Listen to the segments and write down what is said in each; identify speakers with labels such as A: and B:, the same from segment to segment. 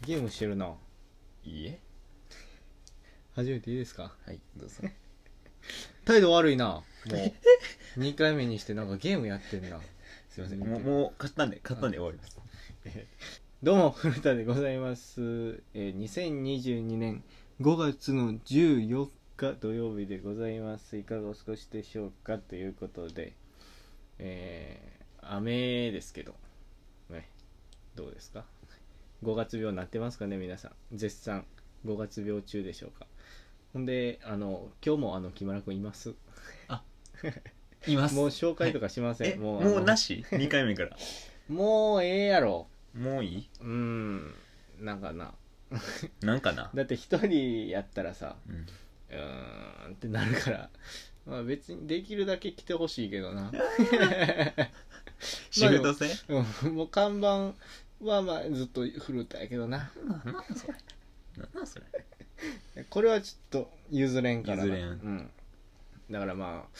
A: ゲームしてるない
B: いえ
A: 初めていいですか
B: はいどう ぞ
A: 態度悪いなもう2回目にしてなんかゲームやってんな
B: すいませんもうもう買ったんで買ったんで終わります
A: どうも古田でございます、えー、2022年5月の14日土曜日でございますいかがお過ごしでしょうかということでえー、雨ですけどねどうですか5月病なってますかね皆さん絶賛5月病中でしょうかほんであの今日もあの木村君います
B: います
A: もう紹介とかしません、
B: え
A: も
B: もう
A: うあの
B: なし2回目から
A: もうええやろ
B: もういいう
A: ーんなんかな
B: なんかな
A: だって一人やったらさ
B: うん
A: うーんってなるから、まあ、別にできるだけ来てほしいけどな
B: シフト制
A: うんもう看板はまあずっと古田やけどな
B: なんなんそれなんなんそれ
A: これはちょっと譲れんからな
B: 譲れん
A: うん、だからまあ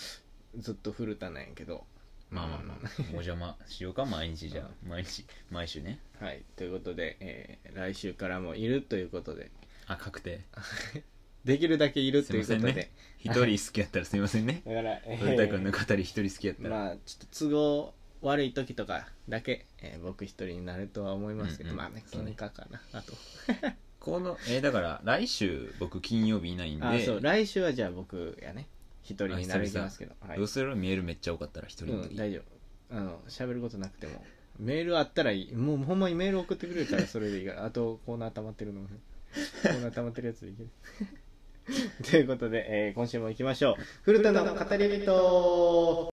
A: ずっと古田なんやけど
B: まあまあまあお邪魔しようか毎日じゃあ毎日毎週ね
A: はいということで、えー来週からもいるということで
B: あ確定
A: できるだけいるということ
B: すい
A: で、
B: ませんね一人好きやったらすいません ね
A: だから、えー
B: 古田君の語り一人好きやったら
A: まあちょっと都合悪い時とかだけ、えー僕一人になるとは思いますけど、
B: うんうん
A: まあね
B: そうね
A: 喧嘩かなあと
B: このえーだから来週僕金曜日いないんで
A: あそう来週はじゃあ僕やね一人にな
B: あ
A: り
B: 久々
A: ますけど、はい
B: どうするメールめっちゃ多かったら一人の
A: うん、
B: 時、
A: 大丈夫あの喋ることなくてもメールあったらいいもうほんまにメール送ってくれたらそれでいい からあとコーナー溜まってるのもねコーナー溜まってるやつで いけるということで、えー今週も行きましょう古田の語り人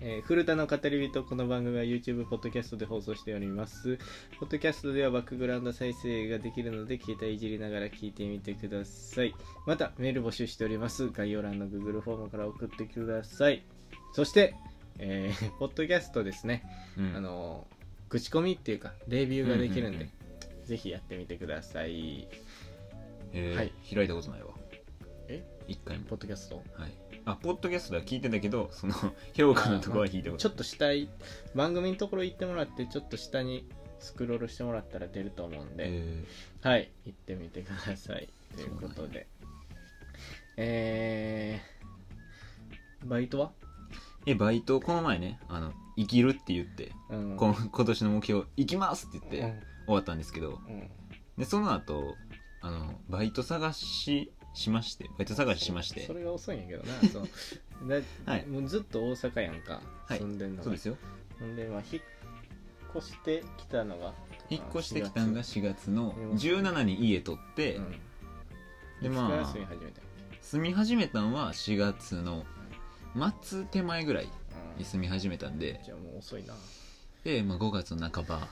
A: えー古田の語り人この番組は YouTube ポッドキャストで放送しておりますポッドキャストではバックグラウンド再生ができるので携帯いじりながら聞いてみてくださいまたメール募集しております概要欄の Google フォームから送ってくださいそして、えー ポッドキャストですね、
B: うん
A: あのー口コミっていうかレビューができるんで、
B: うんうん
A: ぜひやってみてください
B: えー
A: はい
B: 開いたことないわ
A: え
B: 一回も
A: ポッドキャスト
B: はいあポッドキャストは聞いてたけどその 評価のとこは聞いたこと
A: ちょ
B: ない
A: っと下い番組のところ行ってもらってちょっと下にスクロールしてもらったら出ると思うんで、
B: え
A: はい行ってみてくださいということでえー、バイトは、
B: ーえバイトこの前ねあの生きるって言って、
A: うん
B: この今年の目標「行きます!」って言って
A: うん
B: 終わったんですけど
A: うん
B: でその後あのバイト探ししましてバイト探ししまして
A: それが遅いんやけど なそうだ、
B: はい
A: もうずっと大阪やんか、
B: はい
A: 住んでんのが
B: そうですよ
A: ほんでまあ引っ越してきたのが
B: 引っ越してきたんが
A: 4
B: 4月の17に家取って、
A: 月うん、
B: で
A: いつから
B: まあ
A: 住み始めたんや
B: 住み始めたんは4月の末手前ぐらい
A: うん
B: に住み始めたんで
A: じゃあもう遅いな
B: で、まあ、5月の半ば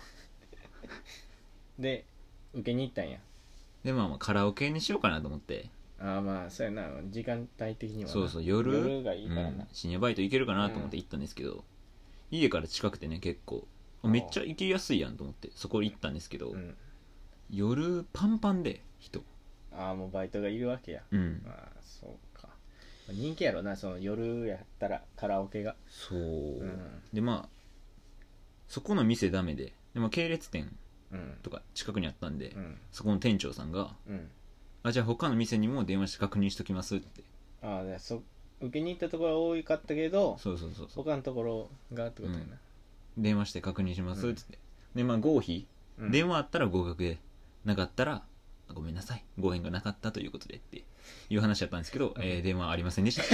A: で受けに行ったんや
B: で、まあ、まあカラオケにしようかなと思って
A: ああまあそうやな時間帯的にはな
B: そうそう夜
A: 夜がいいからな、
B: うん深夜バイト行けるかなと思って行ったんですけど、家から近くてね結構あめっちゃ行きやすいやんと思ってそこ行ったんですけど、
A: うん
B: 夜パンパンで人
A: ああもうバイトがいるわけや
B: うん
A: まあそうか人気やろなその夜やったらカラオケが
B: そう、
A: うん
B: でまあそこの店ダメでで、まあ、系列店
A: うん
B: とか近くにあったんで、
A: うん
B: そこの店長さんが
A: うん
B: あじゃあ他の店にも電話して確認しときますって
A: ああでそ受けに行ったところは多かったけど
B: そうそうそうそう
A: 他のところがってことやな、
B: 電話して確認しますって、でまあ合否、
A: うん
B: 電話あったら合格でなかったらあごめんなさい合変がなかったということでっていう話だったんですけど、
A: うん
B: えー電話ありませ んでした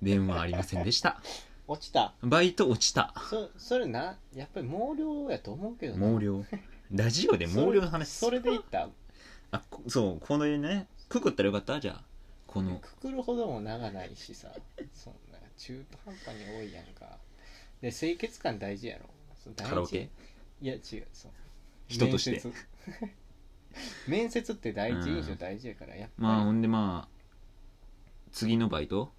B: 電話ありませんでした
A: 落ちた
B: バイト落ちた
A: そそれなやっぱり毛量やと思うけどな
B: 毛量ラジオで毛量の話
A: それそれでいった
B: あこそうこのねくくったらよかったじゃあこの
A: くくるほども長ないしさそんな中途半端に多いやんかで清潔感大事やろそう大事
B: カラオケ
A: いや違うそう
B: 人として
A: 面接 面接って第一印
B: う
A: 象
B: ん
A: 大事やからやっぱり、
B: まあほんでまあ次のバイト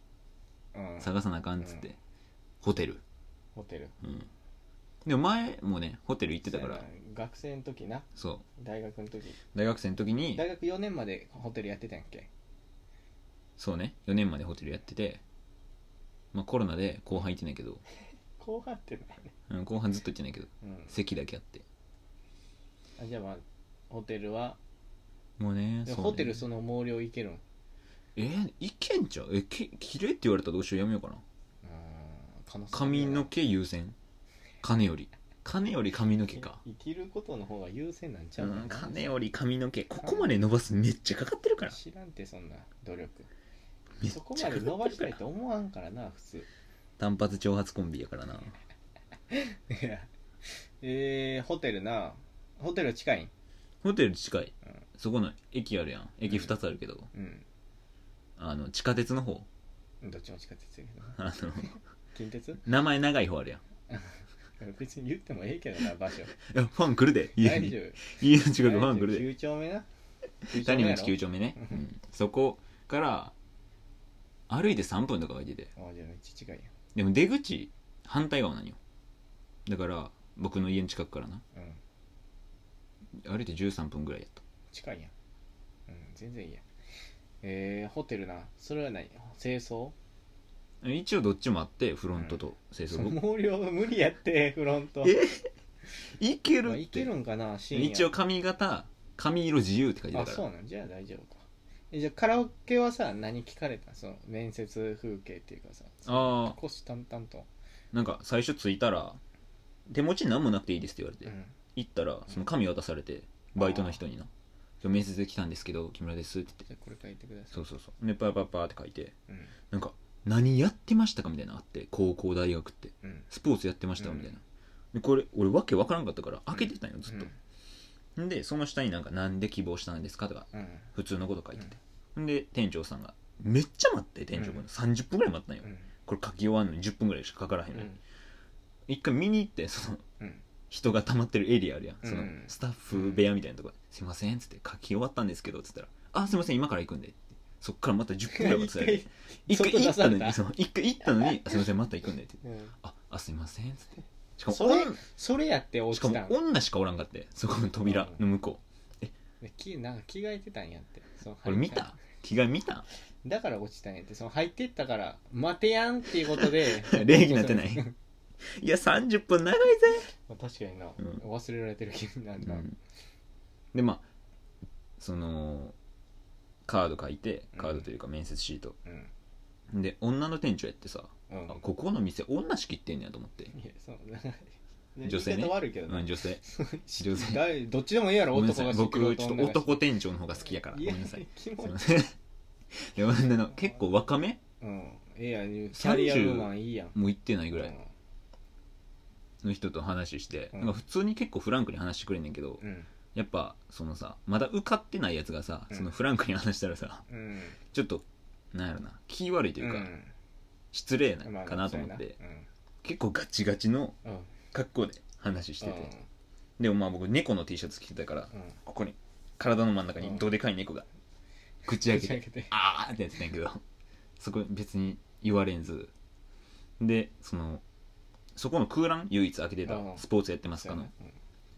A: うん
B: 探さなあかんっつって、ホテル
A: ホテル
B: うんでも前もねホテル行ってたから
A: そうやな学生の時な
B: そ
A: 大学の時
B: う大学生の時に
A: 大学4年までホテルやってたんやっけ
B: そうね4年までホテルやっててまあコロナで後半行ってないけど、
A: 後半ってないね
B: うん、後半ずっと行ってないけど
A: うん
B: 席だけあって
A: あじゃあまあホテルは
B: もうね
A: でも
B: そう
A: ホ
B: ね
A: テルその毛量いけるん
B: えー、いけんちゃうえき綺麗って言われたらどうしようやめようかな
A: 可能性あるよ
B: 髪
A: な
B: の毛優先金より金より髪の毛か
A: 生きることの方が優先なんち
B: う
A: ゃうか
B: ん金より髪の毛ここまで伸ばすめっちゃかかってるから
A: 知らんてそんな努力
B: めっち
A: そ
B: ゃ
A: こ
B: か
A: ま
B: かっ
A: で
B: てる
A: 伸ばした
B: か
A: い
B: ら
A: と思わんからな普通
B: 単発長髪コンビやからない
A: やえー、ホテルなホテル近いん
B: ホテル近い
A: うん
B: そこの駅あるやん駅2つあるけど、
A: う
B: あの地下鉄の方
A: んどっちも近鉄やけどな
B: あの
A: 近鉄
B: 名前長い方あるやん
A: 別に言ってもええけどな場所
B: いやファン来るで家
A: 大
B: に
A: 丈夫
B: 家の近くファン来るで
A: 9丁目な
B: 谷口
A: 九
B: 9丁目ね、
A: う
B: うんん、そこから歩いて3分とかがいてて
A: 目あじゃあめっちゃ近いや
B: でも出口反対側なんよだから僕の家の近くからなん
A: うん
B: 歩いて13分ぐらいやった
A: 近いやんうん全然いいやんえー、ホテルなそれは何清掃
B: 一応どっちもあってフロントと清
A: そ
B: 掃
A: の
B: 部、
A: 毛量無理やってフロント
B: えいけ
A: ま
B: る
A: あ
B: っ
A: いけ
B: て、
A: るんかな深夜
B: 一応髪型髪色自由って書いて
A: あ
B: たか
A: そ
B: ら
A: うなんじゃあ大丈夫かえじゃあカラオケはさ何聞かれたその面接風景っていうかさ
B: あ
A: 虎視眈々と、
B: あなんか最初着いたら手持ち何もなくていいですって言われて、
A: うん、
B: 行ったらその紙渡されてバイトの人にな「今日面接で来たんですけど木村です」って言って
A: じゃあこれ書いてくださ
B: そうそうそうでパーパーパーって書いて
A: いうん
B: なんか「何やってましたか?」みたいなのあって高校大学って
A: うん
B: スポーツやってましたみたいな、でこれ俺わけわからんかったから開けてたんよずっと、んでその下になんか「なんで希望したんですか?」とか
A: うんうん
B: 普通のこと書いてて、ん、で店長さんがめっちゃ待って店長が、30分ぐらい待ったんよ、
A: うん
B: これ書き終わんのに10分ぐらいしかかからへんのに、一回見に行ってその
A: うん
B: 人が溜まってるエリアあるやん、
A: うん
B: そのスタッフ部屋みたいなとこすいません」っつって書き終わったんですけどっつったら「あすいません今から行くんで」ってそっからまた10分ぐらい待た されて一
A: 外
B: 回行
A: 出
B: っ
A: さ
B: た
A: れ
B: の
A: た
B: にその一回行ったのに「あすいませんまた行くんで」って
A: うん
B: 「ああすいません」っつってしかも
A: それ
B: 女
A: それやって落
B: しか
A: ちた
B: も
A: ん
B: 女しかおらんかってそこの扉の向こ
A: できなんか着替えてたんやってその
B: うこれ見た着替え見た
A: だから落ちたんやってその入ってったから待てやんっていうことで
B: 礼儀なってない いや30分長いぜ、
A: まあ確かにな、
B: うん
A: 忘れられてる気になるな、
B: でまあそのカード書いてカードというか面接シート、
A: うん
B: で女の店長やってさ、
A: うん
B: あここの店女しきってんねやと思って、
A: いやそうなんか
B: 女性ね
A: 言い方悪いけど
B: う
A: な、
B: ん、女性女性
A: 誰どっちでもいいやろ
B: ごめんな
A: 男
B: さ
A: が
B: い
A: 知ってる
B: 僕
A: と
B: ちょっと
A: 女が知ってる
B: 男店長の方が好きやからごめんなさい
A: 気
B: すい
A: 持
B: ま
A: ち
B: せんで女の結構若め
A: うんええやんキャリアウーマンいいやん
B: もう行ってないぐら
A: う
B: い
A: ん
B: の人と話して、
A: うん
B: なんか普通に結構フランクに話してくれんねんけど、
A: うん
B: やっぱそのさまだ受かってないやつがさ、
A: うん
B: そのフランクに話したらさ
A: うん
B: ちょっとなんやろな気悪いというか、
A: ん
B: 失礼
A: まあ
B: なかなと思って、
A: そうやな
B: 結構ガチガチの
A: うんうん
B: 格好で話してて、
A: うん
B: でもまあ僕猫の T シャツ着てたから、
A: うん
B: ここに体の真ん中
A: うん
B: にどでかい猫が口開
A: 口
B: けて、
A: 開けて
B: あーってやってたんやけどそこ別に言われんずでそのそこの空欄唯一開けてた
A: うん
B: スポーツやってますかの
A: そうやな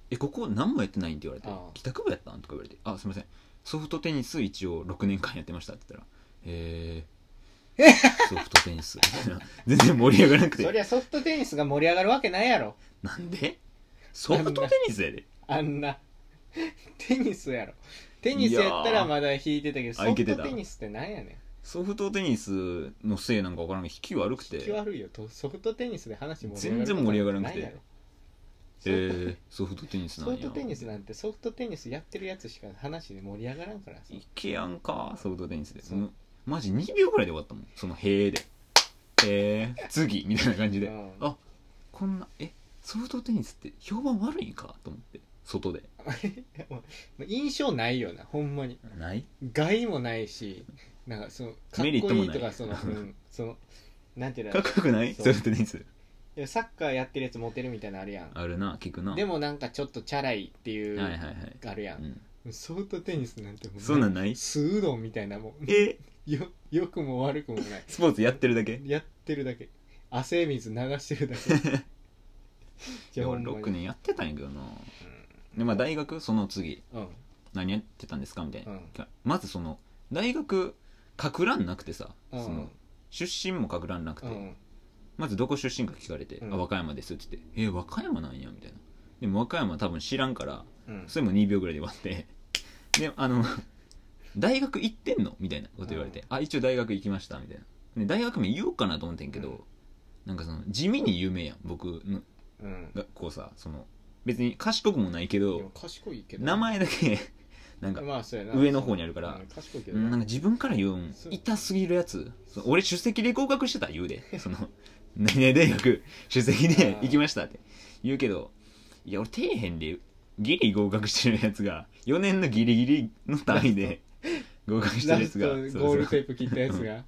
B: えここ何もやってないんって言われて
A: ああ
B: 帰宅部やったんとか言われてあすいませんソフトテニス一応6年間やってましたって言ったらへ えソフトテニス みたいな全然盛り上がらなく
A: うんそり
B: て
A: ゃソフトテニスが盛り上がるわけないやろ
B: なんでソフトテニスやで
A: あんなテニスやろテニスやったらまだ弾いてたけど
B: い
A: ソ
B: やーあい
A: フ
B: けて
A: ト
B: た
A: テニスってなんやね
B: ソフトテニスのせいなんかわからんけど引き悪く
A: ん
B: て
A: 気悪いよとソフトテニスで話盛り上がる
B: 全然盛り上がらなくて
A: いやろ
B: えー、ソフトテニス
A: ソ
B: なん
A: フ
B: や
A: トテニスなんてソフトテニスやってるやつしか話で盛り上がらんからさ
B: いけやんかソフトテニスで
A: そう
B: もうマジ2秒ぐらいで終わったもんその「へえ」で「へえ」次みたいな感じで、
A: うん
B: あこんなえソフトテニスって評判悪いんかと思って外で
A: 印象ないよなほんまに
B: ない
A: 害もないしなんかそのかっこ
B: メ
A: い
B: リットも
A: い
B: ない
A: とかその,、 うん、そのなんていうの
B: かっこよくない
A: そ
B: ソ
A: う
B: フトテニス
A: いやサッカーやってるやつモテるみたいなのあるやん
B: あるな聞くな
A: でもなんかちょっとチャラいっていう、
B: はいはいはい、
A: あるやん、
B: うん、
A: ソフトテニスなんても
B: そんなんない
A: 酢うどんみたいなもん
B: え
A: よよくも悪くもない
B: スポーツやってるだけ
A: やってるだけ汗水流してるだけ
B: で俺
A: ほんまに
B: 6年やってたんやけどな、でまあ大学その次
A: うん
B: 何やってたんですかみたいな、
A: うん
B: まずその大学かくらんなくてさ、
A: うん
B: その出身もかくらんなく
A: う
B: て、
A: ん
B: まずどこ出身か聞かれて「
A: うん
B: あ和歌山です」って言って「え和歌山なんや」みたいなでも和歌山多分知らんから
A: うん
B: それも2秒ぐらいで終わって であの「大学行ってんの?」みたいなこと言われて「あ一応大学行きました」みたいなで大学名言おうかなと思ってんけど、
A: うん
B: なんかその地味に有名やん僕の
A: うん
B: がこうさその別に賢くもないけ
A: でも
B: ど
A: 賢いけど
B: 名前だけなんか
A: まあそうやな
B: 上の方にあるか
A: う
B: ら
A: ん賢いけ
B: う
A: ど
B: ん
A: な
B: なんか自分から言うん
A: そう
B: 痛すぎるやつその俺出席で合格してた言う でその何々大学出席で行きましたって言うけどいや俺底辺でギリ合格してるやつが4年のギリギリの単位 で合格してる
A: ラ
B: や
A: ス
B: つが
A: トゴールテープ切ったやつ
B: そうそう
A: が
B: そう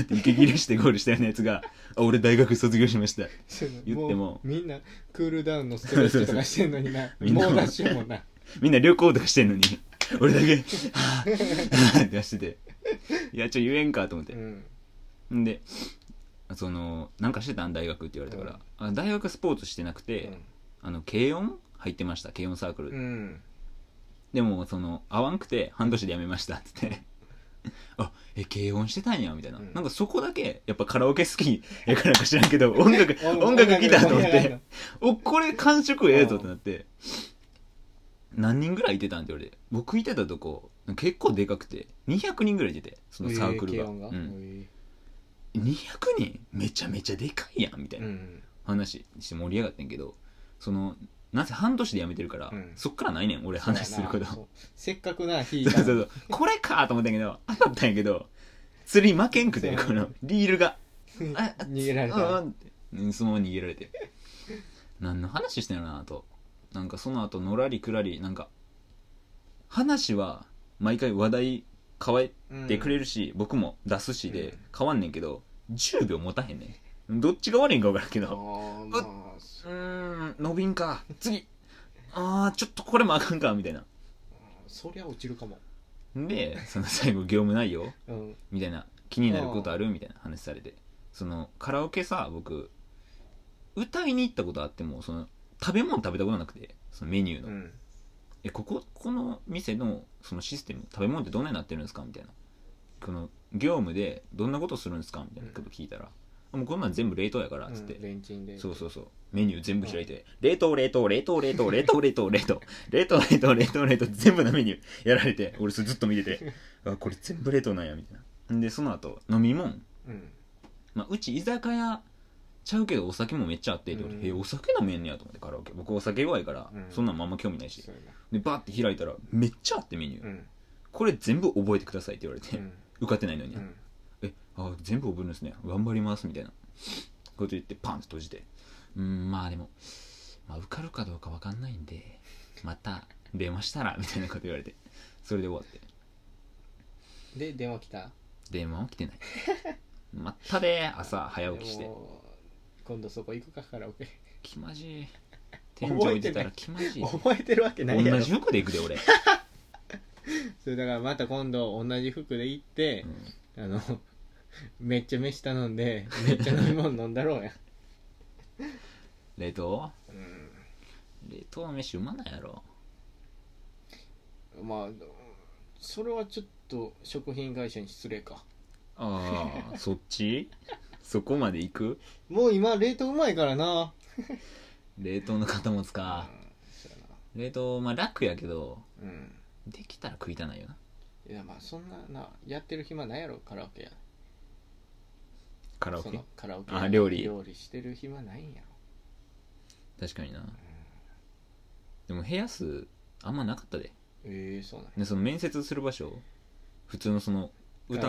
B: って息切れしてゴールしたようなやつが「あ俺大学卒業しました
A: そういうの
B: 言っても
A: うみんなクールダウンのストレッチとかしてんのにな
B: みんな
A: 猛ダッシュもな」
B: みんな旅行とかしてんのに俺だけ「はぁはぁって出してていやちょ言えんかと思って
A: うん
B: んでそのなんかしてたん大学って言われたから、あ大学スポーツしてなくて、あの軽音入ってました軽音サークル、
A: うん
B: でもその合わんくて半年で辞めましたっつって あえ軽音してたんやみたいな、
A: うん
B: なんかそこだけやっぱカラオケ好き やからか知らんけど音楽音楽来たと思っ
A: 音楽が盛り上がる
B: て
A: の
B: おこれ感触ええぞってなって何人ぐらいいてたんって言われて僕いてたとこ結構でかくて200人ぐらいいててそのサークルが,、
A: え軽音
B: うん
A: え
B: 200人めちゃめちゃでかいやんみた
A: え
B: いうなん話して盛り上がってんけど、そのなぜ半年で辞めてるから、
A: うん
B: そっからないねん俺話するこ
A: そう
B: と
A: や
B: そ
A: なそうせっかくな引いう
B: そ
A: た
B: うそうこれかと思ったんやけど当たったんやけど釣り負けんくて
A: そう
B: このリールがああ
A: 逃げられ
B: うんう
A: た
B: んってうんそのまま逃げられて何の話してんのかなとなんかその後のらりくらりなんか話は毎回話題変えってくれるし、僕も出すし
A: う
B: で
A: ん
B: 変わんねんけど10秒持たへんねんどっちが悪いんか分からんけ
A: あ
B: ど
A: ーまあそう
B: ーん伸びんか次あーちょっとこれもあかんかみたいな
A: そりゃ落ちるかも
B: でその最後業務内容
A: うん
B: みたいな気になることあるみたいな話されてそのカラオケさ僕歌いに行ったことあってもその食べ物食べたことなくてそのメニューの、
A: うん
B: えこここの店のそのシステム食べ物ってどんなになってるんですかみたいなこの業務でどんなことするんですかみたいなこと聞いたら、あもうこんなん全部冷凍やからっつって、
A: うんレンチンで
B: そうそうそう。メニュー全部開いて、冷凍、冷凍、冷凍、冷凍、冷凍、冷凍、冷凍、冷凍、冷凍、冷凍、冷凍、全部のメニューやられて、俺それずっと見てて、あ、これ全部冷凍なんや、みたいな。んで、その後、飲み物。
A: うん
B: まあ、うち居酒屋ちゃうけど、お酒もめっちゃあって、で俺
A: うん
B: え、お酒飲めんねやと思って、カラオケ。僕お酒弱いから
A: うん、
B: そんなんまんま興味ないし
A: そ。うやな
B: で、バーって開いたら、めっちゃあってメニュ
A: う
B: ー。
A: ん
B: これ全部覚えてくださいって言われ
A: う
B: て、
A: ん
B: 受かってないのに
A: う。ん
B: えあ全部覚えるんですね頑張りますみたいなこと言ってパンって閉じてうんまあでも、まあ、受かるかどうか分かんないんでまた電話したらみたいなこと言われてそれで終わって
A: で電話来た
B: 電話は来てないまったで朝早起きして
A: でも今度そこ行くかカラオケ
B: 気まじい天井出たら気まじい
A: 覚えてるわけないやろ
B: 同じ服で行くで俺、
A: それだからまた今度同じ服で行って
B: う、ん
A: あの めっちゃ飯頼んでめっちゃ飲み物飲んだろう や、
B: 冷凍
A: うん
B: 冷凍飯うまないやろ
A: まあそれはちょっと食品会社に失礼か
B: ああそっちそこまで行く
A: もう今冷凍うまいからな
B: 冷凍の肩持つか
A: うんそうや
B: 冷凍まあ楽やけど
A: なうん
B: できたら食いたないよない
A: やまあそんななやってる暇ないやろカラオケや
B: カラオ
A: そ
B: ケ
A: のカラオケ
B: あ料理
A: 料理してる暇ないんやろ
B: 確かになでも部屋数あんまなかったで
A: ええそうなんや
B: でその面接する場所普通のその歌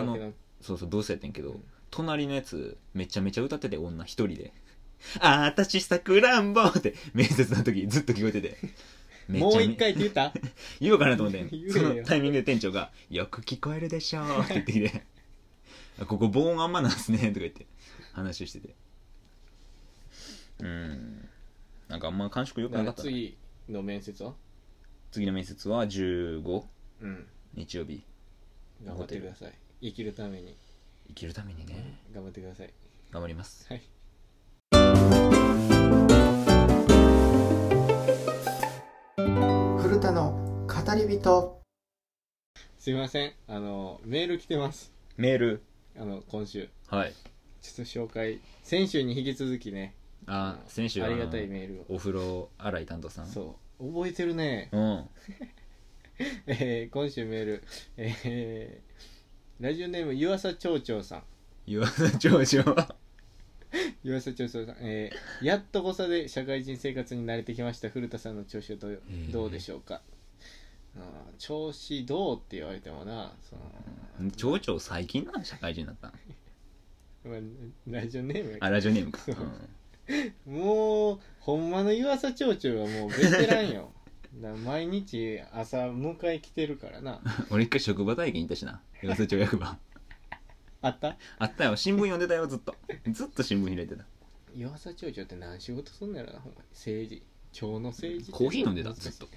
A: カラオ
B: の
A: ケの
B: そうそうブースやってんけど、
A: うん
B: 隣のやつめちゃめちゃ歌ってて女一人で 「あたしさくらんぼ」って面接の時ずっと聞こえててめちゃ
A: もう
B: め
A: 一回って言った
B: 言おうかなと思って
A: 言えよ
B: そのタイミングで店長が「よく聞こえるでしょ」って言って きて「あここ防音あんまなんすね」とか言って話しててうんなんかあんま感触良くなか
A: な
B: ったな
A: 次の面接は
B: 次の面接は15
A: うん
B: 日曜日
A: 頑張ってください生きるために
B: 生きるためにね
A: 頑張ってください
B: 頑張ります
A: はい
C: 古田の語り人
A: すいませんあのメール来てます
B: メール
A: あの今週
B: はい
A: ちょっと紹介先週に引き続きね
B: あ先週
A: あ
B: あ
A: り
B: の
A: がたいメールを
B: お風呂洗い担当さん
A: そう覚えてるね
B: うん
A: えー今週メール、えーラジオネーム湯浅町長さん
B: 岩田長所
A: 湯浅町長さん、えーやっと誤差で社会人生活に慣れてきました古田さんの調子はどう
B: え
A: どうでしょうか、あー調子どうって言われてもなその
B: 長々最近なん社会人になったん
A: まあラジオネームや
B: あラジオネームか、
A: そう
B: うん
A: もうほんまの湯浅町長はもうベテランよ な毎日朝迎え来てるからな
B: 俺一回職場体験行ったしな岩瀬町役場
A: あった
B: あったよ新聞読んでたよずっとずっと新聞開いてた
A: 湯浅町長って何仕事すんのやろなほんまに政治町の政治
B: コーヒー飲んでたずっと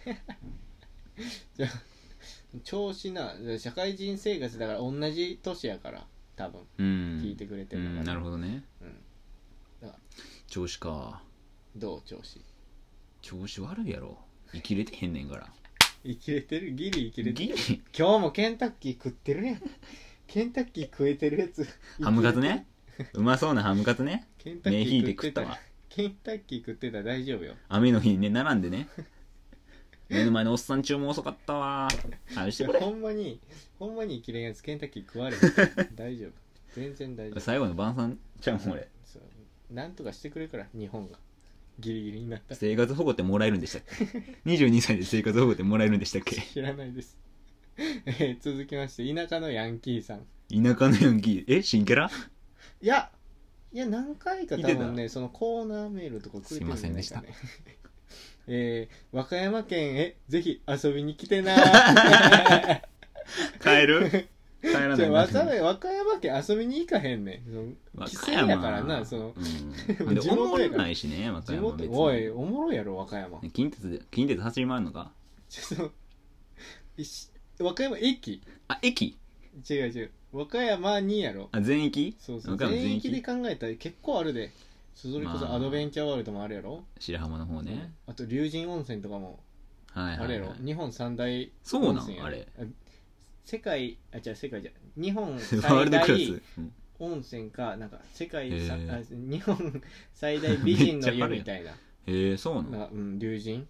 A: 調子な社会人生活だから同じ年やから多分
B: うん
A: 聞いてくれて
B: う
A: るのが、
B: んなるほどね
A: うん
B: 調子か
A: どう調子
B: 調子悪いやろ生きれてへんねんから
A: 生きれてるギリ生きれてる
B: ギリ
A: 今日もケンタッキー食ってるや んケンタッキー食えてるやつ
B: ハムカツねうまそうなハムカツね
A: ケンタ
B: 目
A: ッキ
B: 引
A: ー
B: い
A: 食っ
B: て食ってた
A: た
B: わ
A: らケンタッキー食ってたら大丈夫よ
B: 雨の日にね並んでね目の前のおっさん中も遅かったわあれしてくれ
A: ほんまにほんまに生きれんやつケンタッキー食われへん 大丈夫全然大丈夫
B: 最後の晩餐ちゃうん俺
A: そうなんとかしてくれるから日本がギリギリになった
B: 生活保護ってもらえるんでしたっけ22歳で 生活保護ってもらえるんでしたっけ
A: 知らないです、 えー続きまして田舎のヤンキーさん
B: 田舎のヤンキーえ新キャラ
A: いや、いや、何回か多分
B: 見
A: ね、そのコーナーメールとかくれてるんじゃないか
B: すいません
A: ね。 えー、和歌山県へぜひ遊びに来 てなー
B: 帰る帰ら
A: じゃ
B: ない
A: あわざわざ和歌山県遊びに行かへんねんその
B: 和
A: 帰
B: 歌
A: 省
B: 山
A: やからなその
B: うん、で
A: 地
B: おも
A: 元や
B: ろ
A: から
B: ないしね和歌
A: 地
B: 山
A: 元
B: 別に
A: おいおもろいやろ和歌山
B: 近鉄で近鉄走り回るのか
A: ちょっといし和歌山駅
B: あ駅
A: 違う違う和歌山にやろ
B: あ全域
A: そうそ
B: 和
A: う
B: 歌山
A: 全
B: 全
A: 域
B: 域
A: で考えたら結構あるでそれこ
B: ま
A: そ
B: あ
A: アドベンチャーワールドもあるやろ、
B: 白浜の方ね、
A: あと龍神温泉とかも
B: はい
A: あ
B: はい、
A: れ
B: はい、
A: やろ日本三大
B: そう
A: 温
B: な
A: 泉や
B: んあれ
A: 世界あ違う世界じゃ日本
B: ワー
A: 最
B: ルドクラ
A: 大
B: ス、うん
A: 温泉かなんか世界さ
B: へ
A: あ
B: ー
A: 日本最大美人の
B: めっちゃ
A: 湯
B: あるやん
A: みたいな
B: へえそうな
A: なん
B: の
A: かうん龍神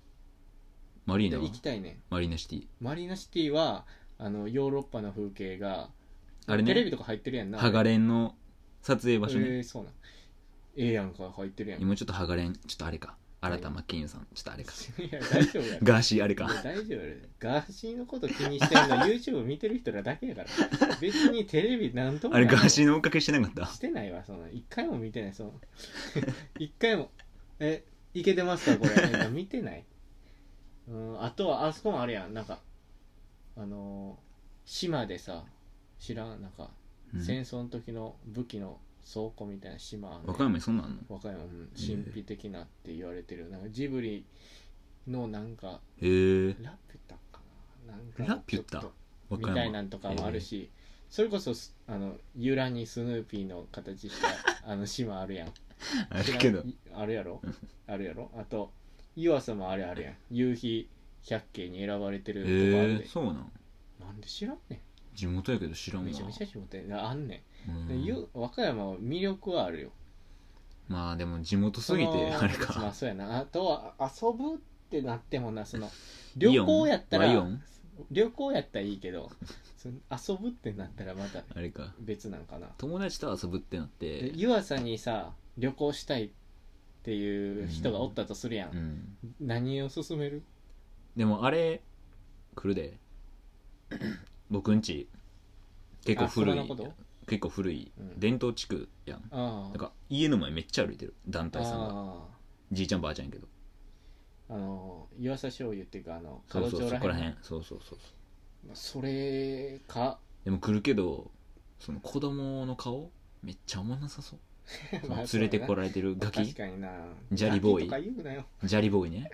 B: マリーナは
A: 行きたいね
B: マリーナシティ
A: マリーナシティはあのヨーロッパの風景が
B: あれ
A: テレビ
B: ね
A: とか入ってるやんな
B: ハガレンの撮影場所ね、
A: えーそうなんええやんか入ってる やんい
B: 今ちょっとハガレンちょっとあれか新田真剣佑さんちょっとあれか
A: や大丈夫やろ
B: ガーシーあれ
A: い
B: か
A: や大丈夫やろガーシーのこと気にしてんの YouTube 見てる人らだけやから別にテレビなんとも
B: あ
A: ない
B: れガーシーの追っかけしてなかった
A: してないわその一回も見てない その一回もえいけてますかこれなんか見てないうんあとはあそこもあるやんなんかあのー島でさ知らんなんか、
B: うん
A: 戦争の時の武器の倉庫みたいな島あんねん
B: 和歌山にそんなんあんの
A: 和歌山うん神秘的なって言われてるなんかジブリのなんか
B: へえ
A: ラピュタかななんか
B: ラピュタ
A: ちょっと
B: 和
A: み
B: 歌
A: たい
B: 山
A: なんとかもあるし、それこそすあのユラにスヌーピーの形した あの島あるやん
B: あるけど
A: 知らんいあるやろあるやろあと湯浅もあれあるやん夕日百景に選ばれてるとこある
B: へ
A: で
B: え、そうなん
A: なんで知らんね
B: 地元やけど知らん
A: ん
B: わ
A: めちゃめちゃ地元やあんね
B: うん
A: ん、でゆ和歌山は魅力はあるよ
B: まあでも地元すぎ
A: そ
B: て
A: の
B: あれ
A: まあ
B: か
A: そうやなあとはあ遊ぶってなってもなそ の
B: イオ
A: 旅
B: ン
A: 行やったら
B: ワイオン
A: 旅行やったらいいけど その遊ぶってなったらまた
B: あれか
A: 別なんかな
B: 友達と遊ぶってなっ
A: で
B: て
A: 湯浅にさ旅行したいっていう人がおったとするやん、
B: うん
A: 何を勧める
B: でもあれ来る で僕んち結構古
A: あそ
B: い
A: このこと
B: 結構古い
A: うん
B: 伝統地区やん、
A: あ
B: なんか家の前めっちゃ歩いてる団
A: あ
B: 体さんが
A: あ
B: じいちゃんばあちゃんやけど
A: ああの湯浅醤油っていうかあの
B: そう
A: 門
B: そう
A: 町
B: そ
A: ら
B: こ
A: へ
B: ら
A: ん
B: 辺そうそうそうそう
A: それか
B: でも来るけどその子供の顔めっちゃおもんなさそうその
A: まあ
B: 連れてこ
A: れ
B: られてるガ
A: 確
B: キ
A: かにな
B: 砂利ボーイ
A: ガキとか言うなよ
B: ジャリボーイね、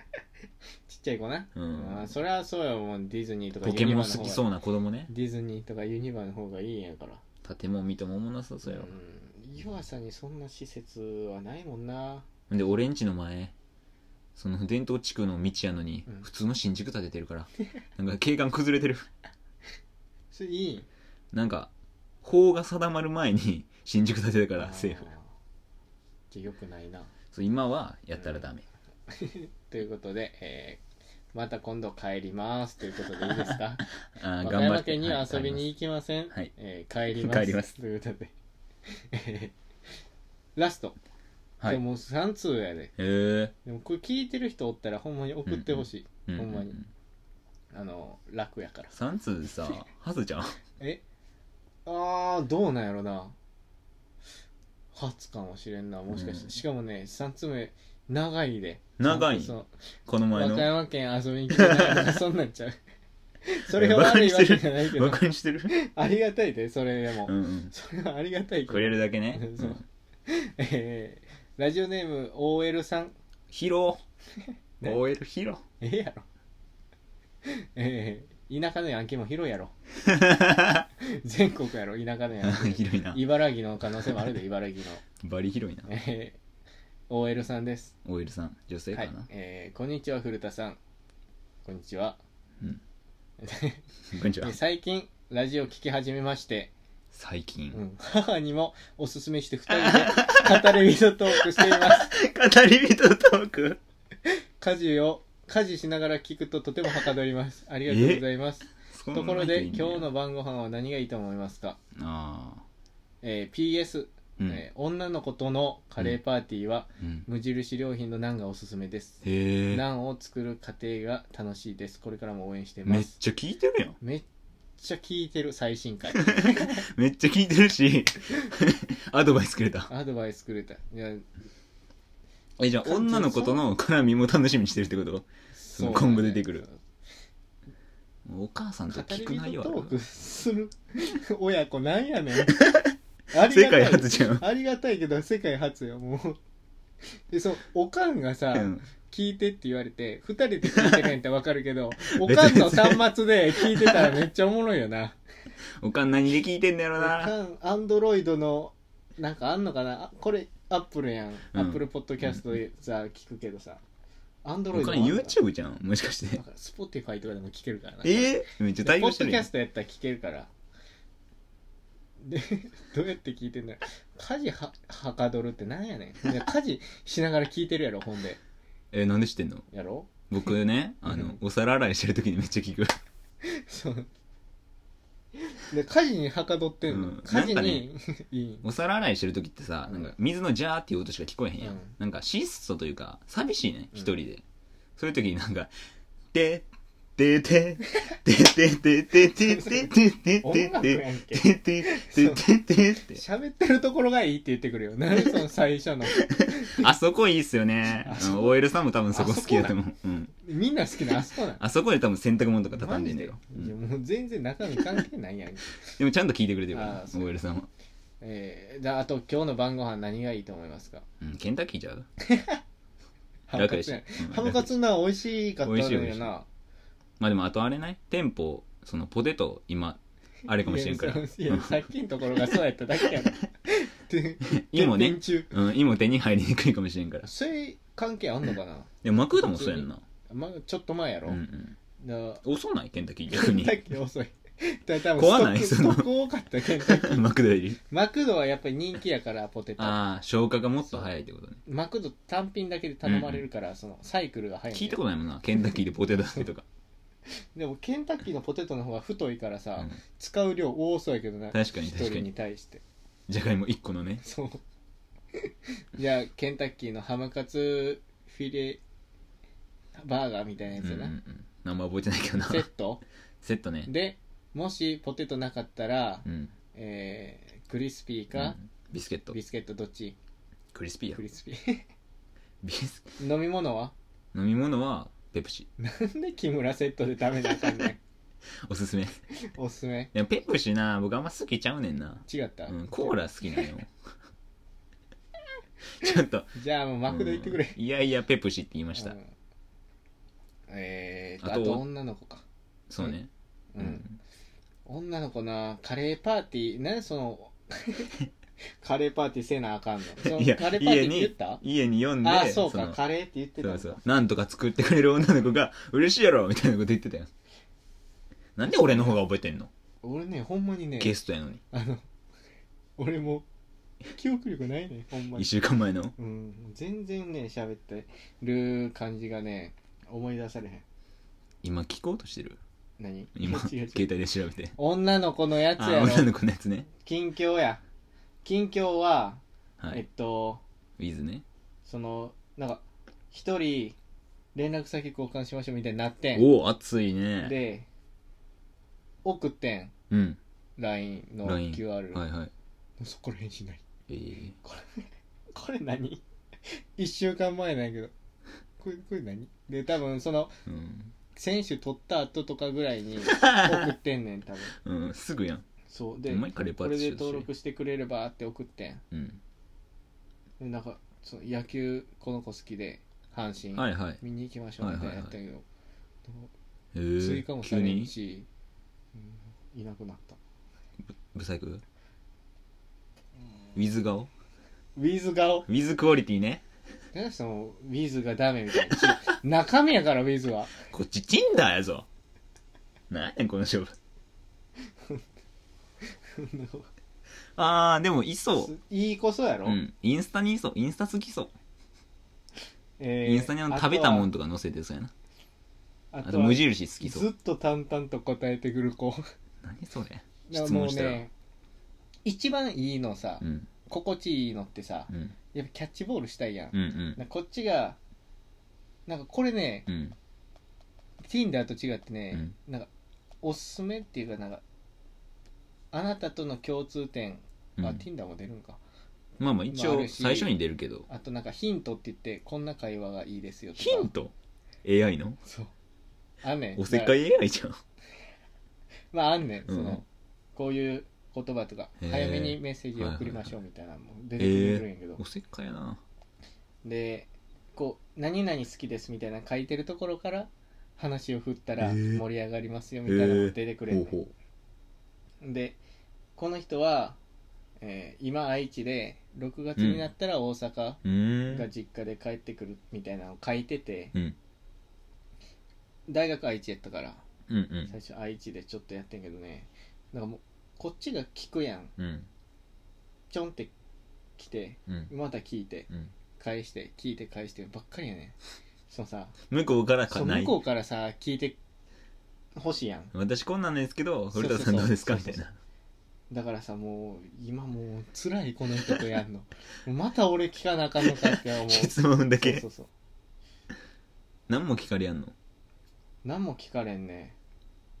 A: ちっちゃい子な、
B: う
A: ああ
B: ん、
A: それはそうやもうディズニーとか
B: ポケモン好き
A: う
B: そうな子供ね
A: ディズニーとかユニバの方がいいんやから
B: 建物見てもおもんなさそうやろ
A: ん湯浅にそんな施設はないもんな
B: で俺んちの前その伝統地区の道やのに、
A: うん
B: 普通の新築建ててるからなんか景観崩れてる
A: それいい
B: なんか法が定まる 前に新築建てたか
A: あ
B: ら
A: ー
B: セーフ
A: じゃよくないな
B: そう今はやったらダメ、
A: ということで、えーまた今度帰りますということでいいですか
B: あ
A: 和
B: ー
A: 歌
B: 頑張
A: 山
B: って
A: 県には遊び
B: は
A: に
B: い
A: 行きません、
B: はい
A: えー帰ります
B: 帰ります
A: ということでえー ラスト、
B: はい、
A: で
B: はい
A: ももう3通やで
B: へえ
A: でもこれ聞いてる人おったらほんまに送ってほしい、
B: うん
A: ほんまにあの楽やから
B: 3通さはずちゃん
A: えあーどうなんやろな初かもしれんなもしかして、
B: うん
A: しかもね3つ目長いで
B: 長い
A: その
B: この前
A: 和
B: の
A: 歌山県遊びに来てない とかそんなんちゃう それが悪いわけじゃないけど
B: バ カにし てる
A: ありがたいでそれでも、
B: うんうん
A: それはありがたいけ
B: く
A: ど、
B: れるだけね
A: そう
B: うん
A: えーラジオネーム OL さん
B: ヒロ
A: ね
B: OL ヒロ
A: ええやろえー田舎のヤンキーも広いや ろ全国やろ田舎のヤンキー
B: 広いな
A: 茨城の可能性もあるで茨城の
B: バリ広いな
A: え ー、OL さんです。
B: OL さん女性か
A: は、、
B: ない
A: えーこんにちは、古田さん。こんにちは。
B: うんこんにち は
A: で最近、ラジオ聞き始めまして、
B: 最近、
A: うん 母にもおすすめして二人で語 り人トークしています。
B: 語り人トーク
A: 家事を、家事しながら聞くととてもはかどります。ありがとうございます。ところで、今日の晩ご飯は何がいいと思いますか
B: ああ
A: えー PS、
B: うん、
A: えー女の子とのカレーパーティーは、
B: うん
A: 無印良品のナンがおすすめです。
B: へえ
A: ナンを作る過程が楽しいです。これからも応援していま
B: めっ
A: す。
B: ちゃ聞いてるやん
A: めっちゃ聞いてる最新 回。
B: めっちゃ聞いてるし アドバイスくれた
A: アドバイスくれた。いや、
B: えじゃあ
A: 完全に
B: 女の子との絡みも楽しみにしてるってこと
A: そう、
B: 今後出てくる。お母さんと
A: 語り
B: 聞く内
A: 人
B: 容
A: ト
B: あ
A: ー
B: る
A: クする親子なんや ねん。あり
B: 世
A: がた
B: 界
A: い。
B: 初じゃん
A: ありがたいけど、世界初よ、もう。で、そう、おかんがさ、
B: うん
A: 聞いてって言われて、二人で聞いてないってわかる けど、おかんの端末で聞いてたらめっちゃおもろいよな。
B: おかん何で聞いてんだやろ
A: わ
B: な
A: かんアンドロイドのなんかあんのかなあこれアップルやん、
B: うん
A: アップルポッドキャストでさ聞くけどさアンドロ
B: お
A: イド
B: かん YouTube じゃんもしかして
A: スポティファイとかでも聞けるからな
B: えー、めっちゃ
A: で
B: 対
A: ポ
B: 応
A: ッ
B: して
A: ド
B: る
A: キ
B: や
A: ャ
B: ん
A: ストやったら聞けるからでどうやって聞いてんだよ家事ははかどるってなんやねんいや家事しながら聞いてるやろほんで
B: えなんで知ってんの
A: やろ
B: 僕ねあ
A: う
B: の
A: ん
B: お皿洗いしてる時にめっちゃ聞く
A: そうで家事にはかどってんの、
B: うん
A: 家事
B: なんか
A: に
B: ね、
A: いい
B: お皿洗いしてる時ってさ、
A: うん
B: なんか水のジャーっていう音しか聞こえへんやん、
A: うん
B: なんか質素というか寂しいね
A: うん
B: 一人で、そういう時になんか「ててててててててててててて
A: 音楽やんけ
B: ててててて
A: 喋ってるところがいいって言ってくるよ。 何その最初の。
B: あそこいいっすよね
A: あそこ
B: うん OL さんも多分そこ好きだと思ううん
A: みんな好きなあそこなの。
B: あそこで多分洗濯物とか畳んでんだよ、
A: マジでいや
B: うん
A: もう全然中身関係ないやん け。
B: でもちゃんと聞いてくれてるから
A: あそう
B: OL さんは、
A: えー、じゃあ、あと今日の晩ご飯何がいいと思いますか
B: うん、ケンタッキーちゃう
A: ハム
B: 楽
A: カツ
B: やし
A: やん。
B: うん
A: ハムカツな、美味しかったの
B: 美味しい美
A: よ
B: 味しい
A: な。
B: まあでもあとあれない店舗そのポテト 今あれかもしれんから
A: いやいやさっきのところがそうやっただけや ろ。て
B: 今
A: てっ
B: ね
A: ぺん中
B: うん、今手に入りにくいかもしれ んから。
A: そういう関係あんのかな
B: でも、マクドもそうやんな。
A: まちょっと前や
B: う
A: ろ。
B: んうん。
A: だか
B: 遅ないケンタッキー
A: ら
B: 逆
A: ケ
B: に
A: ン。タッキー遅い。だから多分
B: 怖ない
A: スト
B: そ
A: ッ
B: の
A: クストック多かったケンタッキー
B: マクド より。
A: マクドはやっぱり人気やから、ポテト。
B: ああ、消化がもっと早いってことね。
A: マクド単品だけで頼まれるから、そのサイクルが早いんだ
B: 聞
A: よ
B: いたことないもんな。ケンタッキーでポテトだけとか。
A: でもケンタッキーのポテトの方が太いからさ、
B: うん
A: 使う量多そうやけどな
B: 確かに
A: 一
B: 確か
A: 人
B: に
A: に。対して
B: じゃがいも1個のね。
A: そう じゃあケンタッキーのハムカツフィレバーガーみたいなや
B: うん
A: つや
B: うんう
A: な、
B: ん。名前覚えてないけどな。
A: セッ ト
B: セットね。
A: でもしポテトなかったら、
B: うん。
A: えークリスピー
B: う
A: か、
B: んビスケット
A: ビ。スケットどっち
B: クリスピーや
A: ク。リスピー
B: ビス
A: 飲み物は
B: 飲み物はペプシ。
A: なんで木村セットでダメなあかんねん
B: おすすめ。
A: おすすめ
B: でもペプシな、僕あんま好きちゃうねんな。
A: 違った、
B: うん、コーラ好きなの よ。ちょっと。
A: じゃあもうマクド行ってくれ、
B: うんいやいや、ペプシって言いまし
A: う
B: た
A: ん。えーとあ
B: あと
A: と女の子か
B: そうね。
A: うん、女の子なカレーパーティー何そのカレーパーティーせなあかんのその
B: いや
A: カレーパーティー
B: 家
A: って言っ
B: に
A: た
B: 家に読んで
A: あそう
B: の
A: かカレーって言ってた
B: そ
A: ん
B: う
A: だ
B: そうなんとか作ってくれる女の子が嬉しいやろみたいなこと言ってたよなんで俺の方が覚えてんの
A: 俺ねほんまにね
B: ゲストやのに
A: あの俺も記憶力ないねほんま
B: 1
A: に、
B: 週間前の
A: うん、全然ね喋ってる感じがね思い出されへん
B: 今聞こうとしてる
A: 何
B: 今
A: 違う違
B: 携
A: う
B: 帯で調べて
A: 女の子のやつ
B: あ
A: やろ
B: 女の子のやつね
A: 近況や近況は、
B: は
A: えっ
B: い
A: と
B: ウィズね
A: そのなんか一人連絡先交換しましょうみたいになってん
B: おお熱いね
A: で送ってん
B: うん
A: LINE の
B: LINE
A: QR、
B: はいはい
A: そこら返しない
B: えー
A: これ 何一週間前なんやけどこれこれ何で多分その
B: うん
A: 選手取った後とかぐらいに送ってんねん多分
B: うんすぐやん
A: そう
B: お
A: で
B: 前カレーパ
A: こ
B: ーテ
A: れ
B: ィ
A: で
B: ーしようとして
A: 登録してくれればって送ってん
B: うん
A: でなんかその野球この子好きで阪神、
B: はいはい
A: 見に行きましょうみたいなやったけど、で
B: え
A: も追加
B: ー
A: もさ
B: 急
A: れん
B: に
A: し、うんいなくなった
B: ブサイクウィズ顔
A: ウィズ顔
B: ウィズクオリティね
A: 何そのウィズがダメみたいな ち中身やからウィズは
B: こっちチンダーやぞなんやねんこの勝負あーでもいそう
A: いいこそやろ、
B: うんインスタにいそうインスタ好きそう、
A: えー
B: インスタにあの食べたもん
A: と
B: とか載せてそうやな
A: は
B: あ
A: あ
B: と
A: とは
B: 無印好きそ
A: ず
B: う
A: っと淡々と答えてくる子
B: 何それ
A: だから
B: 質
A: も
B: 問
A: う
B: したらう,、
A: ね一番いいのさ、
B: ん、
A: 心地いいのってさ
B: うん
A: やっぱキャッチボールしたいやん、
B: うんうん
A: なんかこっちがなんかこれね
B: うん
A: Tinder と違ってね、なんかおすすめっていうかなんかあなたとの共通点、
B: うん
A: あ Tinder も出るんか
B: まあまあ一
A: まああ
B: 応
A: るし
B: 最初に出るけど
A: あとなんかヒントって言ってこんな会話がいいですよとか
B: ヒント AI の
A: そうあんねん
B: おせっ
A: だ
B: からい AI じゃん
A: まああんねんその、
B: うん
A: こういう言葉とか
B: へー
A: 早めにメッセージ送りましょうみたいなのも出てくるんやけど、
B: おせっかいやな
A: でこう「何々好きです」みたいなの書いてるところから話を振ったら
B: へー
A: 盛り上がりますよみたいなのが出てくれんねん
B: ほうほ
A: でこの人は、えー今愛知で6月になったら大阪
B: ううー
A: が
B: ん
A: 実家で帰ってくるみたいなのを書いてて、
B: うん
A: 大学愛知やったから
B: うんうん
A: 最初愛知でちょっとやってんけどねなんかもうこっちが聞くやん
B: うん
A: ちょんって来て
B: うん
A: また聞いて
B: うん
A: 返して聞いて返してばっかりやねんそのさ
B: 向こうから
A: そ
B: か
A: う
B: な
A: 向
B: い
A: こうからさ聞いてほしいやん
B: 私こんなんですけど
A: そうそ
B: 古
A: うそう
B: 田さんどうですかみたい
A: そう
B: な
A: だからさもう今もう辛いこの人とや んのもうまた俺聞かなあかんのかって思う
B: 質問だ
A: そ
B: け
A: うそうそう
B: 何も聞かれやんの
A: 何も聞かれんね